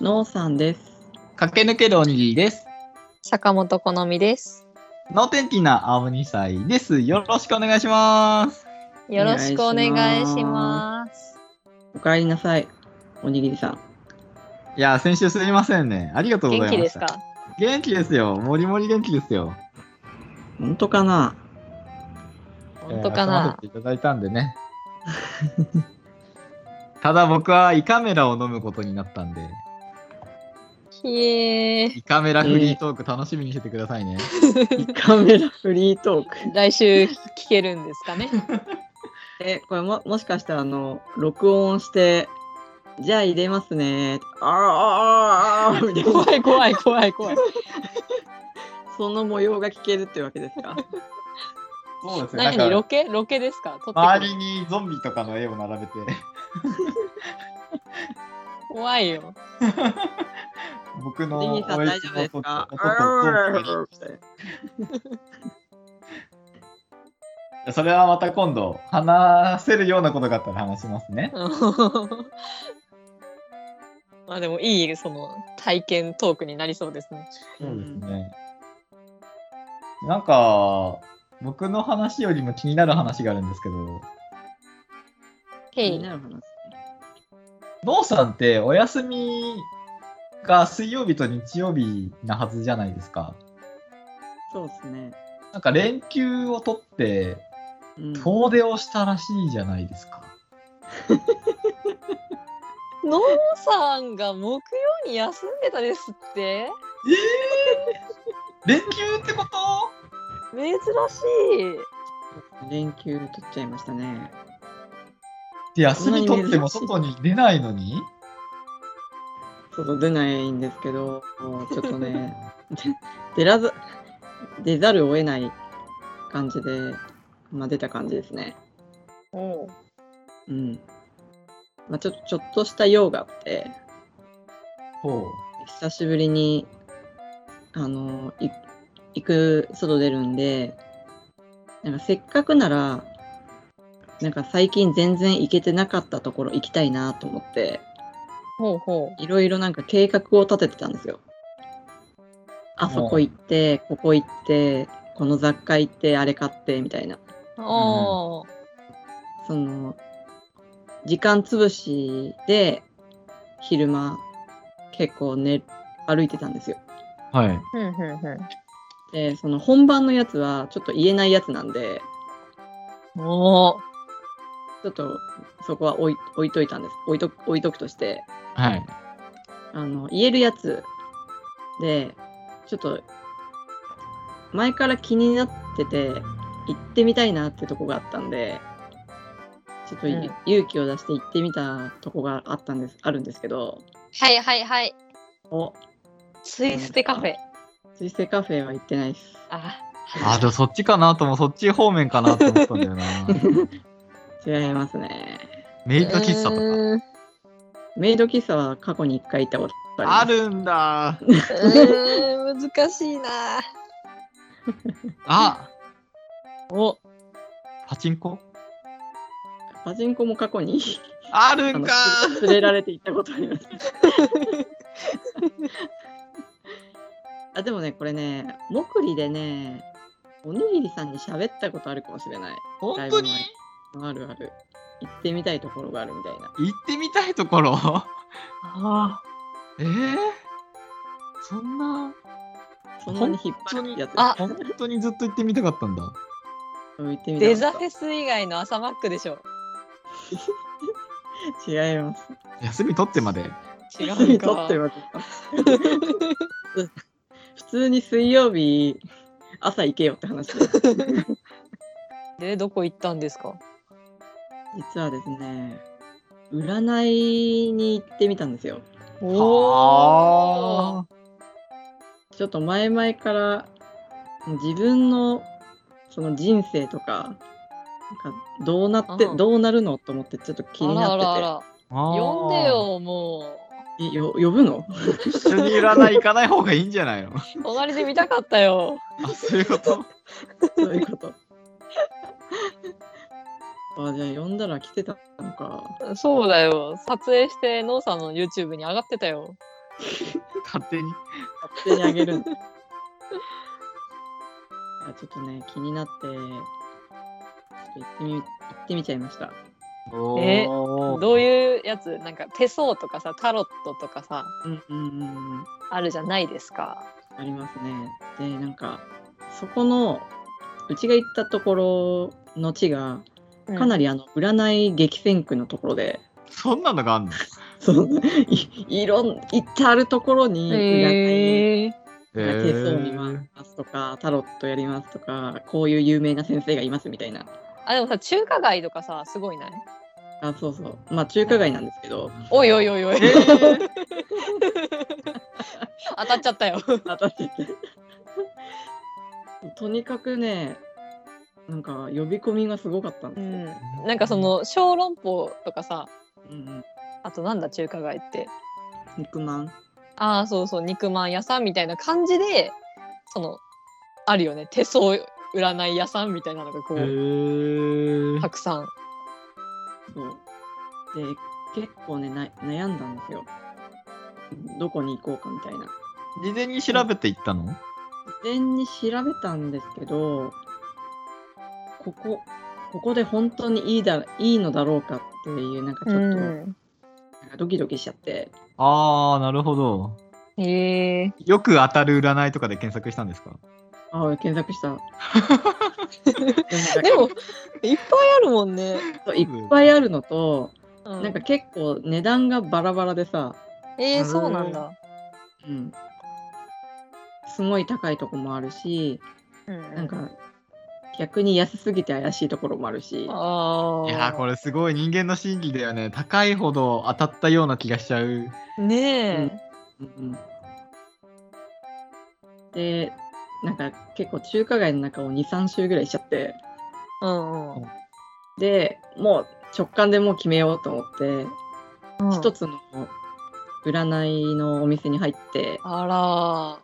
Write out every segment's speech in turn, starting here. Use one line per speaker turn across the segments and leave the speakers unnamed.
のうさんです。
駆け抜けるおにぎりです。
坂本好みです。
脳天気な青二歳です。よろしくお願いします。
よろしくお願い
お願いし
し
ま
ます。
おかえりなさい、おにぎりさん。
いやー、先週すみませんね。ありがとうござい
元
ました。
気ですか
元気ですよ。もりもり元気ですよ。
本当かな
本当かな、
えー集ませていただいたんでね。 ただ僕は胃カメラを飲むことになったんで、
ひえー
胃カメラフリートーク楽しみにしててくださいね。
イカメラフリートーク。
来週聞けるんですかね
え、これももしかしてあの、録音して、じゃあ入れますね。あーあーあーあーみたいな
怖い怖い怖い怖い。
その模様が聞けるってわけですか。
そうですね。な
何
ん
ロ
か
ケロケですか撮ってく
周
る
りにゾンビとかの絵を並べて、
怖いよ。
僕
お
の
にぎりさん
おや
大
つ
丈夫
の
です
音と
か
音
あーあ
とゾンビ
ーあーみたいない
やそれはまた今度話せるようなことがあったら話しますね。
まあでもいいその体験トークになりそうですね。
そうです
ね。なんか僕の話よりも気になる話があるんですけど、
気
へ
に
い。
なる話。
ノーさんってお休みが水曜日と日曜日なはずじゃないですか。
そうですね。
なんか連休を取って
うん
遠出をしたらしいじゃないですか。
のんさんが木曜に休んでたですって
えー、連休ってこと
珍しい。
連休取っちゃいましたね。
で休み取っても外に出ないのに
外出ないんですけど、ちょっとね、出らず、出ざるを得ない感じで、まあ、出た感じですね。
うん
うん。まあ、ちょっと、ちょっとした用があって、
ほ
久しぶりに、あの、い行く、外出るんで、なんかせっかくなら、なんか最近全然行けてなかったところ行きたいなと思って、
ほうほう。
いろいろなんか計画を立ててたんですよ。あそこ行って、ここ行って、この雑貨行って、あれ買って、みたいな。
ああ。
その、時間潰しで、昼間、結構ね、歩いてたんですよ。
う。はい。
ふんふんふん。
で、その本番のやつは、ちょっと言えないやつなんで、
おお、
ちょっと、そこは置い置いといたんです。置いとく置いとくとして。
はい。
あの言えるやつでちょっと前から気になってて行ってみたいなってとこがあったんでちょっとい、
うん
勇気を出して行ってみたとこがあったんですあるんですけど
はいはいはい。
お
ツイステカフェ。
水星カフェは行ってないです
あ、
あ、でもそっちかなとも、そっち方面かなと思ったんだ よな。
違いますね
メイド喫茶と
うーんう
メイド喫茶は過去に1回行ったことありま
か。
す
あるんだ。
ーん難しいな。
あ、
お、
パチンコ
パチンコも過去に
ある
あ
ん
の
か。
つ連れられて行ったことあります あでもねこれねもくりでねおにぎりさんに喋ったことあるかもしれない
本当に
だいあるある行ってみたいところがあるみたいな
行ってみたいところ
あ
えー、そんな、
そんなに引っ張るやつ
あ
本当にずっと行ってみたかったんだ。
うん行ってみたか
デ
った
ザフェス以外の朝マックでしょ。
違います
休み取ってまで。
違
取
う
って
か
ま。す 普通に水曜日朝行けよって話 です
でどこ行ったんですか。
実はですね占いに行ってみたんですよ
お
は
お。
ちょっと前々から自分のその人生とかなんかどうなって
うん
どうなるのと思ってちょっと気になってて
あらあらあら。
あー
呼んで。よも
えよ呼ぶの
一緒に占い行かない方がいいんじゃないの
う。隣で見たかったよ。
あ、そういうこと
そういうこと あじゃあ呼んだら来てたのか
そうだよ。撮影してノーさんの YouTube に上がってたよ。
勝手に。
勝手にあげるんだ あちょっとね気になってちょっと行ってみ行ってみちゃいました
お
え
ー
どういうやつなんか手相とかさタロットとかさ
うんうんうんうん
あるじゃないですか。
ありますねでなんかそこのうちが行ったところの地がかな
り、
りあの占い激戦区のところで、
そんなのがあんの
そのいいろん至るところに占い
へえ
手相見ますとか、タロットやりますとかこういう有名な先生がいますみたいな
あでもさ中華街とかさすごいない
あそうそうまあ中華街なんですけど
おいおいおいお い、
えー
当たっちゃったよ。
私って とにかくねなんか呼び込みがすごかったん
う
ですよ
ん、なんかその小籠包とかさ
うん
あとなんだ中華街って
うん、肉まん
ああそうそう肉まん屋さんみたいな感じでそのあるよね手相占い屋さんみたいなのがこ
へ
う、
ー
たくさん。
そうで結構ねな悩んだんですよどこに行こうかみたいな
事前に調べていったの
事前に調べたんですけどここここで本当にいいだいいのだろうかっていうなんかちょっと、なんかドキドキしちゃって
ああ、なるほど。
へ え
よく当たる占いとかで検索したんですか
ああ検索した
でもいっぱいあるもんね。
いっぱいあるのと、
うん、
なんか結構値段がバラバラでさ、
えー、そうなんだ。
うん、すごい高いとこもあるし
な
なんか逆に安すぎて怪しいところもあるし
あ
い
あ。
やーこれすごい人間の心理だよね。高いほど当たったような気がしちゃう。
ねえ、
うんでなんか結構中華街の中を23周ぐらいしちゃって
うんうん。
でもう直感でもう決めようと思って一、つの占いのお店に入って
あ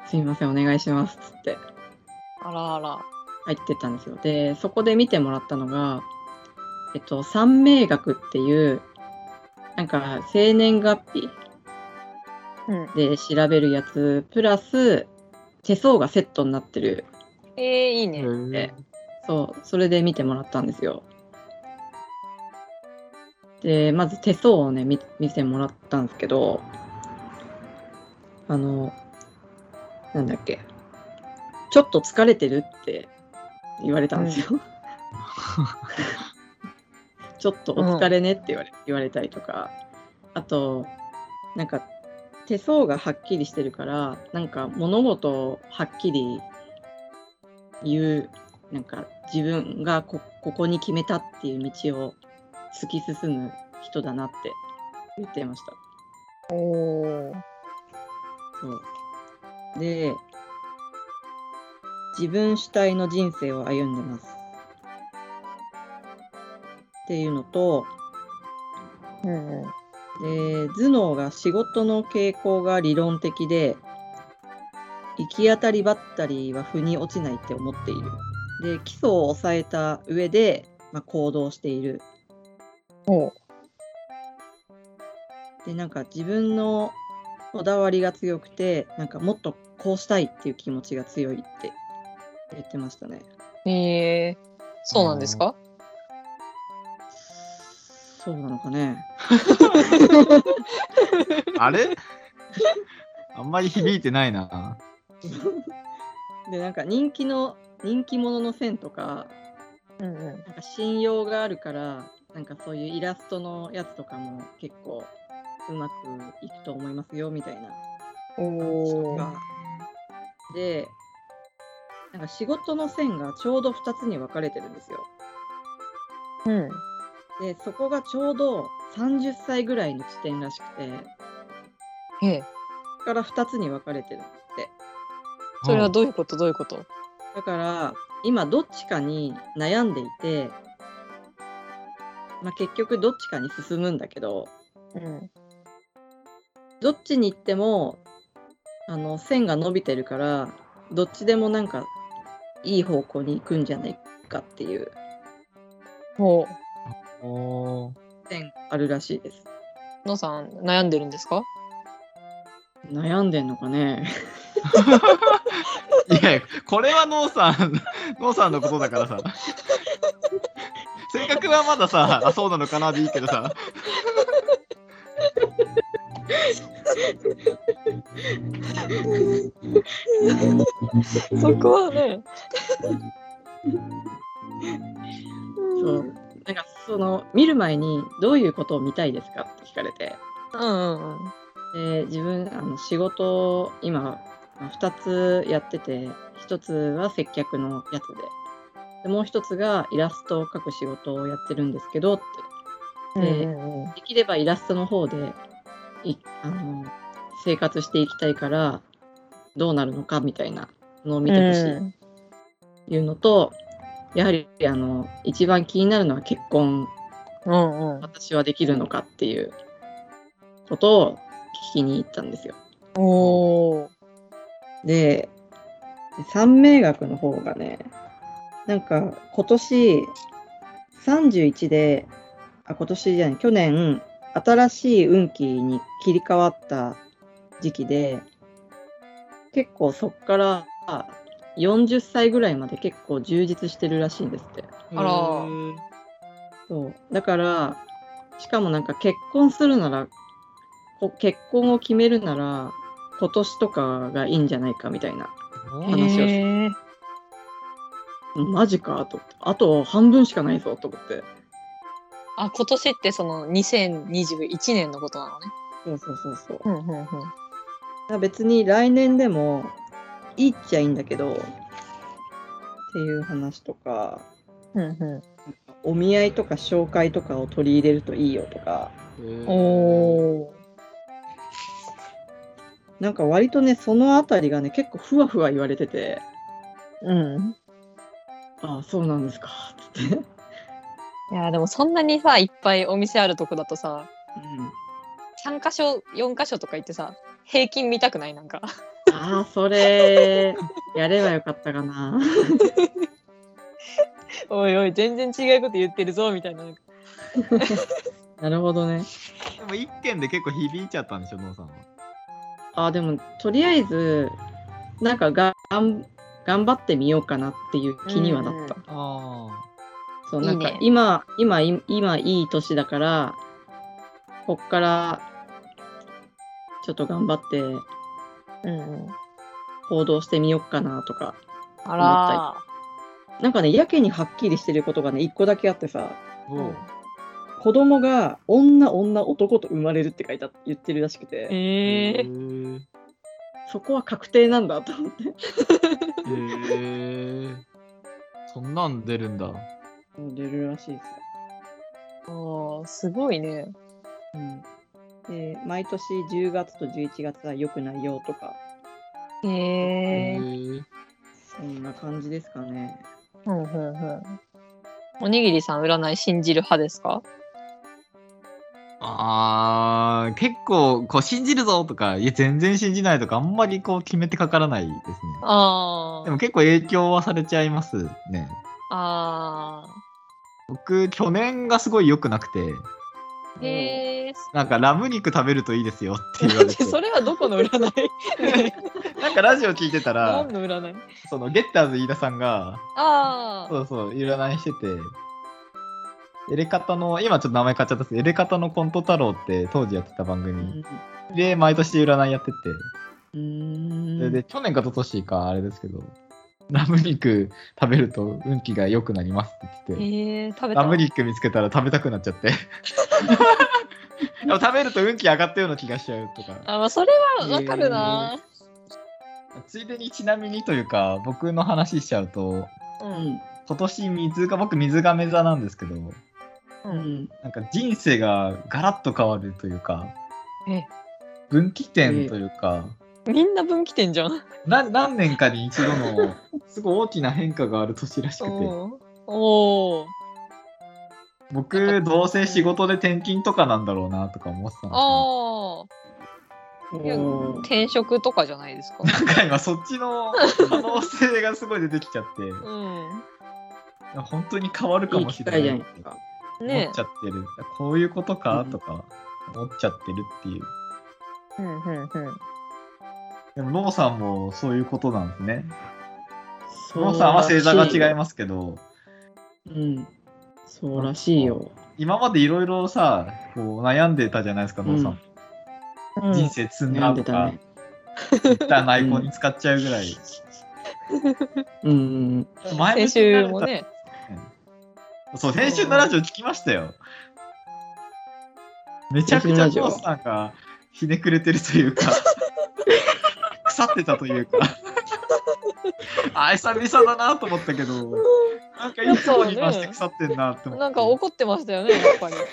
ら
「すいませんお願いします」っつって
ーあらあら。
入ってったんですよでそこで見てもらったのがえっと三名学っていうなんか生年月日
うん、
で調べるやつプラス手相がセットになってる
えー、いいね。
えそう、それで見てもらったんですよ。で、まず手相をね、見見てもらったんですけど、あの、なんだっけ、ちょっと疲れてるって言われたんですよ。ちょっとお疲れねって言われ,、言われたりとか、あと、なんか、手相がはっきりしてるから、なんか物事をはっきり言うなんか自分がこここに決めたっていう道を突き進む人だなって言ってました。
おお。
そうで自分主体の人生を歩んでます。っていうのと
うんうん。
で頭脳が仕事の傾向が理論的で行き当たりばったりは腑に落ちないって思っているで基礎を抑えた上で、まあ、行動している
おう
でなんか自分のこだわりが強くてなんかもっとこうしたいっていう気持ちが強いって言ってましたね
えー、そうなんですか？
そうなのかね
あれ あんまり響いてないな。
でなんか人気の人気者の線とか
うんうん。
なんか信用があるからなんかそういうイラストのやつとかも結構うまくいくと思いますよみたいな話
お
と
お。
かでなんか仕事の線がちょうど2つに分かれてるんですよ
うん。
でそこがちょうど30歳ぐらいの地点らしくて
ええ。
そこから2つに分かれてるんですって
それはどういうことどういうこと？
だから今どっちかに悩んでいて、まあ、結局どっちかに進むんだけど
うん。
どっちに行ってもあの線が伸びてるからどっちでもなんかいい方向に行くんじゃないかっていう
おう
うんおー
線あるらしいです。
のさん悩んでるんですか？
悩んでんのかね。
いやいや、これはノーさん、 ノーさんのことだからさ。性格はまださ、あ、そうなのかなでいいけどさ。
そこはね。
そう。なんかその見る前にどういうことを見たいですかって聞かれて、
うんうんうん。
で自分あの仕事を今2つやってて1つは接客のやつででもう1つがイラストを描く仕事をやってるんですけどって
う
で
んうん
できればイラストの方でいあの生活していきたいからどうなるのかみたいなのを見てほしい
うん
っていうのと、やはりあの一番気になるのは結婚
うんうん。
私はできるのかっていうことを聞きに行ったんですよ。
おー
で三名学の方がねなんか今年31であ今年じゃない去年新しい運気に切り替わった時期で結構そっから40歳ぐらいまで結構充実してるらしいんですって
あら
うん
そうだからしかもなんか結婚するならこ結婚を決めるなら今年とかがいいんじゃないかみたいな話をして
へー
マジかと思って。あと半分しかないぞと思って。
あ、今年ってその2021年のことなのね。
そうそうそうそう。だか
うんうんうん。
ら別に来年でもいいっちゃいいんだけど、っていう話とか、
うん
お見合いとか紹介とかを取り入れるといいよとか、
うん、おー
なんか割とね、そのあたりがね、結構ふわふわ言われてて、
うん。
ああ、そうなんですか、つって。
いやーでもそんなにさいっぱいお店あるとこだとさ3箇所4箇所とか行ってさ平均見たくないなんか
うん、 ああ、それ、やればよかったかな。
おいおい全然違うこと言ってるぞみたいななんか
なるほどね。
でも一件で結構響いちゃったんでしょ、ノーさんは。
あでもとりあえずなんかがん頑張ってみようかなっていう気にはなった、
う
あ
そうなん
いい
か
ね
今今い今いい年だからこっからちょっと頑張って
うんうん
行動してみようかなとか
あら
なんかねやけにはっきりしてることがね一個だけあってさ
あ。おう
子供が女女男と生まれるって書いてあ言ってるらしく
ー
て
え
へ
ー、
ー
そこは確定なんだと思って
へーそんなん出るんだ。
出るらしいですよ
あーすごいね
うんで毎年10月と11月は良くないよとか
へえー、
ー
そんな感じですかね
うんうんうんおにぎりさん占い信じる派ですか
あー結構こう信じるぞとかいや全然信じないとかあんまりこう決めてかからないですね
あ
で
ー
も結構影響はされちゃいますね
あ
僕去年がすごい良くなくて
ーへえ
なんかラム肉食べるといいですよって言われて
ーそれはどこの占い
なんかラジオ聞いてたら
何の占い
そのゲッターズ飯田さんが
ああ
そうそう占いしててエレカタの今ちょっと名前変っちゃったんですけどエレカタのコント太郎って当時やってた番
う
組
ん
で毎年占いやってて
うーん
それで去年か一昨年かあれですけどラム肉食べると運気が良くなりますって言ってて、
えー、食べた
ラム肉見つけたら食べたくなっちゃって でも食べると運気上がったような気がしちゃうとか
あ、まあ、それはわかるな、
ついでにちなみにというか僕の話しちゃうと
う
うん
ん
今年水が僕水亀座なんですけど
う
うん
ん
なんか人生がガラッと変わるというか
え
分岐点というか、
みんな分岐点じゃん。
な何年かに一度のすごい大きな変化がある年らしくて。
おおー。
僕どうせ仕事で転勤とかなんだろうなとか思ってたんで
あ
お
あ。いや
ー
転職とかじゃな いですか。
すけどなんか今そっちの可能性がすごい出てきちゃって
う
本当に変わるか
いい
もし
機
れない
会じゃ
っ
ない
て
ですか
ん。
思
ね
っちゃってる、こういうことか
うん
とか思っちゃってるっていう
え。うんうんうん。
でも、ノーさんもそういうことなんですね。
そう
ノーさんは星座が違い
ま
ますけど、
す。うん。そうらしいよ。
今までいろいろさ、こう悩んでたじゃないですか、ノーさん。
うん
人生積ん
悩
だ
んで
と
た
か、
ね。
一旦アイコンに使っちゃうぐらい。
うんうん
前向き
先
になれ
週
た
も。ね、
そう、先週のラジオ聞きましたよ。めちゃくち
先週の
ゃノ
ラ
ー
ジオ
さんがひねくれてるとい うか、腐ってたというか。あ、久々だなと思ったけど、なんかいい方に回して腐ってんなって思って。
なんか怒ってましたよね、やっぱり。
うん。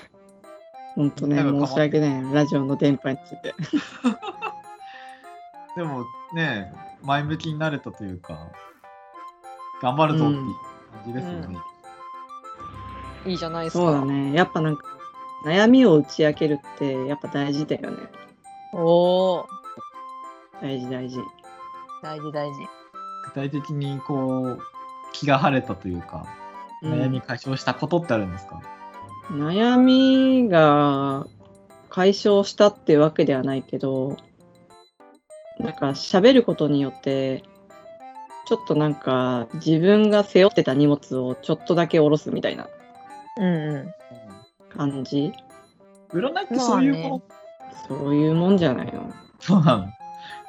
ほんとね、
なんか変わっ
申し訳ない。ラジオの電波について。
でもね、前向きになれたというか、頑張るぞっていう感じですよね。
うんいいじゃないですか。
そうだね。やっぱなんか、悩みを打ち明けるって、やっぱ大事だよね。
おお、
大事大事。
大事大事。
具体的にこう、気が晴れたというか、
うん
悩み解消したことってあるんですか、
悩みが解消したってわけではないけどなんか喋ることによってちょっとなんか自分が背負ってた荷物をちょっとだけ下ろすみたいな
うんう
感じ
占いってそういうもの、
そういうもんじゃないの
そうなの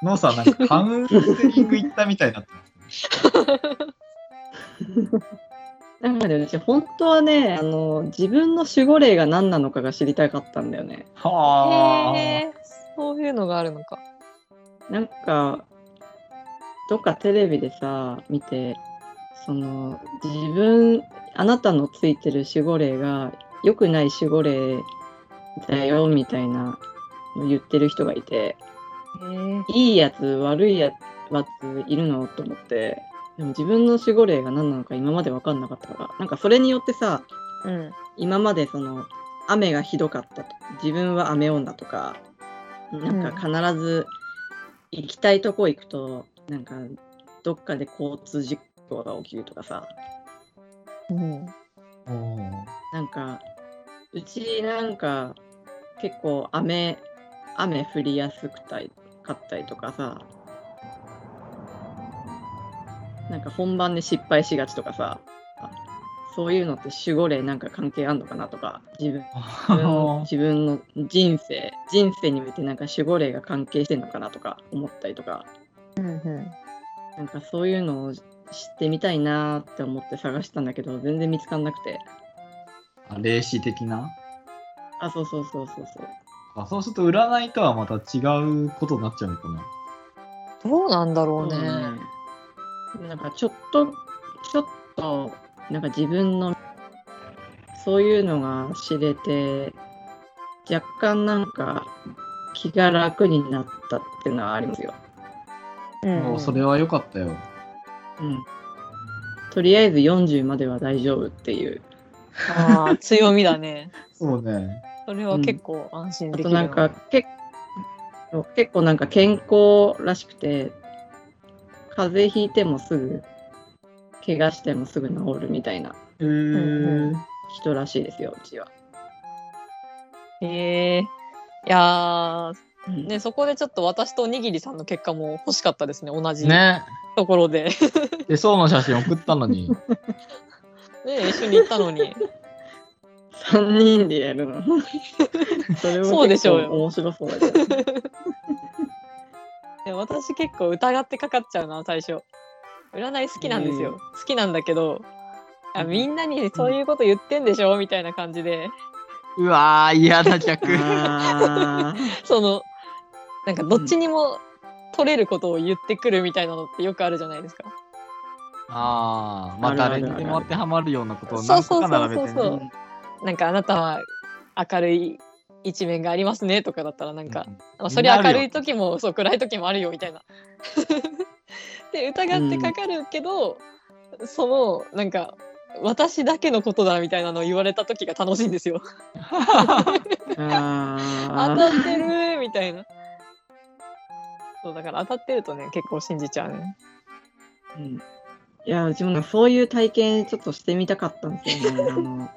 ノーさんなんかカウンセリング行ったみたいになってます
だからね私本当はねあの自分の守護霊が何なのかが知りたかったんだよね
ね。は
ん。
あ。
へえ、そういうのがあるのか。
なんか、どっかテレビでさ、見て、その、自分、あなたのついてる守護霊が、良くない守護霊だよ、みたいなの言ってる人がいて、
へえ。
いいやつ、悪いやつ、いるのと思って、でも自分の守護霊が何なのか今まで分かんなかったから、なんかそれによってさ、
うん。
今までその雨がひどかったと自分は雨女とかなんか必ず行きたいとこ行くと、なんかどっかで交通事故が起きるとかさ
うん。
うん
なんかうちなんか結構雨雨降りやすくたいかったりとかさなんか本番で失敗しがちとかさそういうのって守護霊なんか関係あんのかなとか自分自分 の自分の人生人生においてなんか守護霊が関係してんのかなとか思ったりとか
うん。
なんかそういうのを知ってみたいなーって思って探したんだけど全然見つかんなくて
あ霊視的な
あそうそうそうそうそう
あそうすると占いとはまた違うことになっちゃうのかな
どうなんだろうね。
ねなんかちょっとちょっとなんか自分のそういうのが知れて若干なんか気が楽になったっていうのはありますよ
うん
もうそれは良かったよ。
うんとりあえず40までは大丈夫っていう。
ああ、強みだね。
そうね。
それは結構安心
あ
でき
と
るな。
なんか結構結構なんか健康らしくて風邪ひいてもすぐ怪我してもすぐ治るみたいな
へー
人らしいですようちは。
へえ。いやー、
ね
ね、そこでちょっと私とおにぎりさんの結果も欲しかったですね、同じ
ね。
ところで。
手相の写真送ったのに。
ね、一緒に行ったの に。
3人でやる のそれ
そ
も
うで
結
しょ
構
うよ
面白そうだけど
いや私結構疑ってかかっちゃうな最初占い好きなんですよ、
うん
好きなんだけどあ
うん
みんなにそういうこと言ってんでしょ、みたいな感じで
うわー、嫌な客。
あー
そのなんかどっちにも取れることを言ってくるみたいなのってよくあるじゃないですか、
ああ、ま
あ
あ
るある
誰にでも当てはまるようなことを
そう
何
そう
個
そ
か
う
並べ
そう
て
そ
ね。
うなんかあなたは明るい一面がありますねとかだったらなんか、まあそれ
なる
明
よ
るい時もそう暗い時もあるよみたいな。 で疑ってかかるけど、そのなんか私だけのことだみたいなのを言われた時が楽しいんですよ。当
あ
たってるみたいな。そうだから当たってるとね結構信じちゃうね。
ー、うん、いやうちもなんかそういう体験ちょっとしてみたかったんですよ ね。あの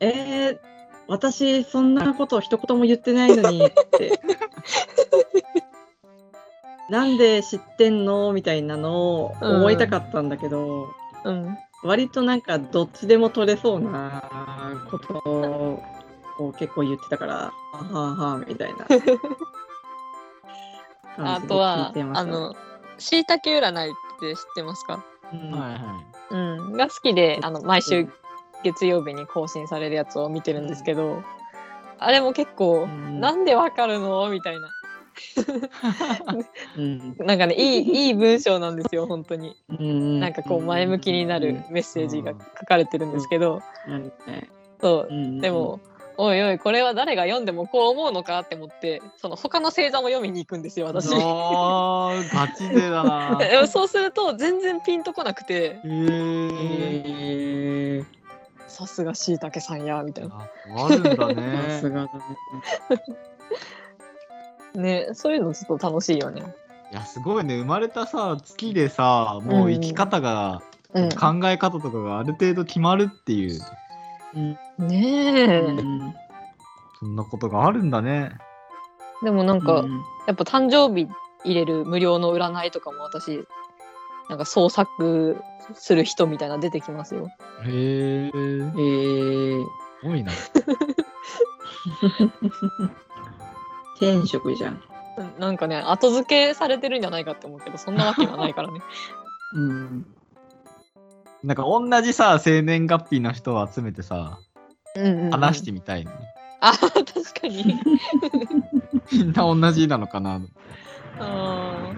えー、 私そんなこと一言も言ってないのにってなんで知ってんのみたいなのを思いたかったんだけど、
うん。
割となんかどっちでも取れそうなことを結構言ってたから、はあはあはあみ たいな感じで
あとは
聞いて、ま
あ
した
の、しいたけ占いって知ってますか
うん
はいはい。
うん。が好きで、あの、毎週月曜日に更新されるやつを見てるんですけど、あれも結構、
うん
なんでわかるのみたいな。
うん
なんかね、いい、いい文章なんですよ、本当に。
うん
なんかこう、前向きになるメッセージが書かれてるんですけど、
うんね
そう
う、ん
でも、おいおい、これは誰が読んでもこう思うのかって思って、その他の星座も読みに行くんですよ、私。
あーガチでだな。
でも そうすると、全然ピンとこなくて、
え
え
ー。
ー、
さすがしいたけさんや、みたいな。
ああるんだ
さ
ね
す。がだね
ね、そういうのちょっと楽しいよね。
いや、すごいね。生まれたさ、月でさ、もう生き方が、
うん。
考え方とかがある程度決まるっていう、
うん
ねえ、
うん
そんなことがあるんだね。
でもなんか、
うん
やっぱ誕生日入れる無料の占いとかも私、なんか創作する人みたいなの出てきますよ。
へえ。す
えー、
ごいな。
天職じゃん
ななんかね、後付けされてるんじゃないかって思うけど、そんなわけはないからね。
うん
なんか同じさ、生年月日の人を集めてさ、
うんうんうん
話してみたいね。
あ、確かに。
みんな同じなのかな。
あー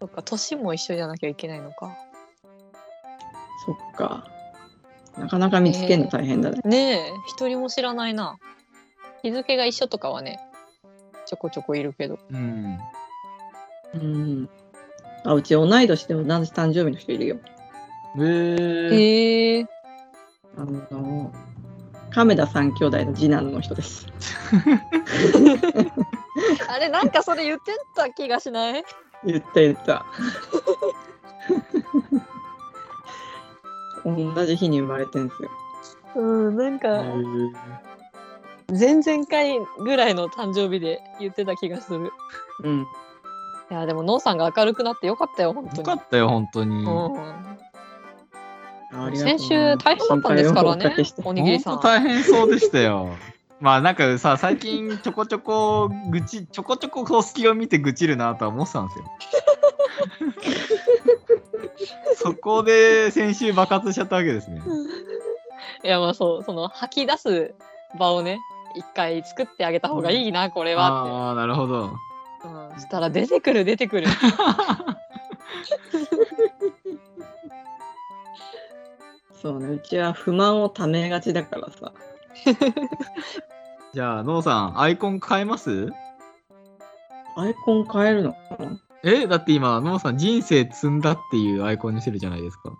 そっか、年も一緒じゃなきゃいけないのか。
そっかなかなか見つけるの大変だね、
ねえ、一人も知らないな。日付が一緒とかはね、ちょこちょこいるけど。
うん。
うんあうち同い年でも同じ誕生日の人いるよ
えー、
へえ。
あの亀田三兄弟の次男の人です
あれ、なんかそれ言ってた気がしない
言った言った 同じ日に生まれてんすよ
うん、なん
え
か、
ー
前々回ぐらいの誕生日で言ってた気がする。
うん
いや、でも、ノーさんが明るくなってよかったよ、本当
よ
に。
かったよ、本当に。
うん
ありがとう
先週大変だったんですか
心配を
ら
お
ね
けして、
おにぎ
本
りさん
当。大変そうでしたよ。 まあなんかさ、最近ちょこちょこ愚痴、ちょこちょここう隙を見て愚痴るなとは思ってたん ですよ。そこで先週爆発しちゃったわけですね。
いやまあそうその吐き出す場をね一回作ってあげた方がいいな、これは
ああ、なるほど。
って、うん、したら出てくる出て くる
そうねうちは不満をためがちだからさ
じゃあ、ノーさん、アイコン変えます
アイコン変えるのかな
えだって今、ノーさん、人生積んだっていうアイコンにしてるじゃないですか。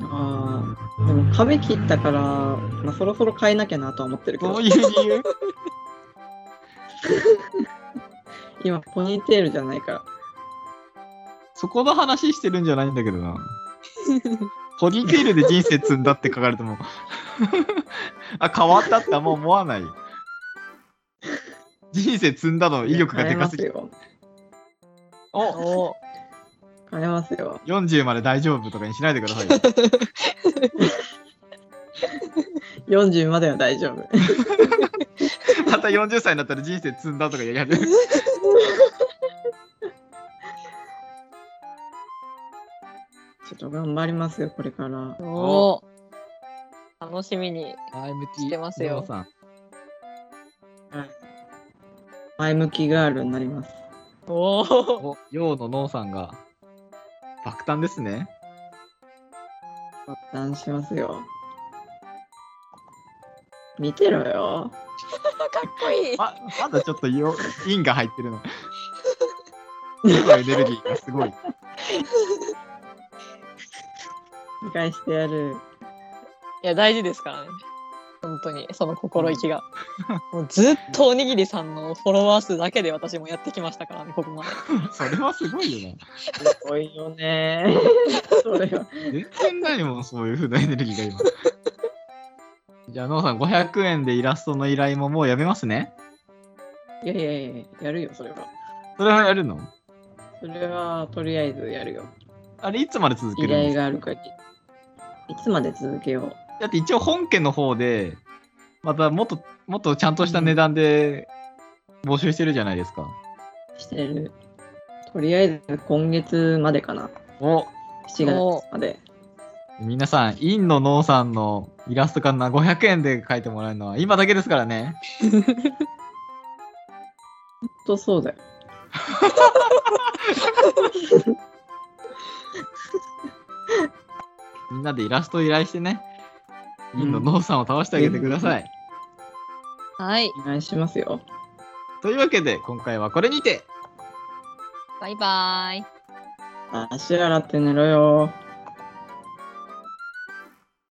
あーでも髪切ったから、まあ、そろそろ変えなきゃなとは思ってるけ
ど
ど
ういう理由
今ポニーテールじゃないから
そこの話してるんじゃないんだけどな。ポニーテールで人生積んだって書かれても あ変わったってあんま思わない人生積んだの威力がでかすぎ
変え
る
ますよ
お
おう
変えますよ
40まで大丈夫とかにしないでください
40までは大丈夫
また40歳になったら人生積んだとか言い始める
ちょっと頑張りますよこれから
おう楽しみに
前向
きしてますよ
さん
前向きガールになります
おお
お陽のノーさんが爆誕ですね
発端しますよ見てろよ
かっこいい
ままだちょっと陽陰が入ってるの 陰のエネルギーがすごい
見返してやる
いや大事ですからね本当にその心意気が、もうずっとおにぎりさんのフォロワー数だけで私もやってきましたからねここまで
それはすごいよな
すごいよね それは
全然ないもん、そういう風なエネルギー が今。じゃあ、ノーさん、500円でイラストの依頼ももうやめますね。
いやいやいや、やるよ、それは。
それはやるの
それは、とりあえずやるよ。
あれいつまで続け
依
るん
頼
ですか
がある限り。いつまで続けよう。
だって一応本家の方で、またもっと、もっとちゃんとした値段で募集してるじゃないですか。
してる。とりあえず今月までかな。
お
7月まで。
皆さん、インのノーさんのイラストかな500円で描いてもらえるのは今だけですからね。
ほんとそうだよ。
みんなでイラストを依頼してね、インのノーさんを倒してあげてください。
はい
お願いしますよ。
というわけで、今回はこれにて
バイバイ
足洗って寝ろよ。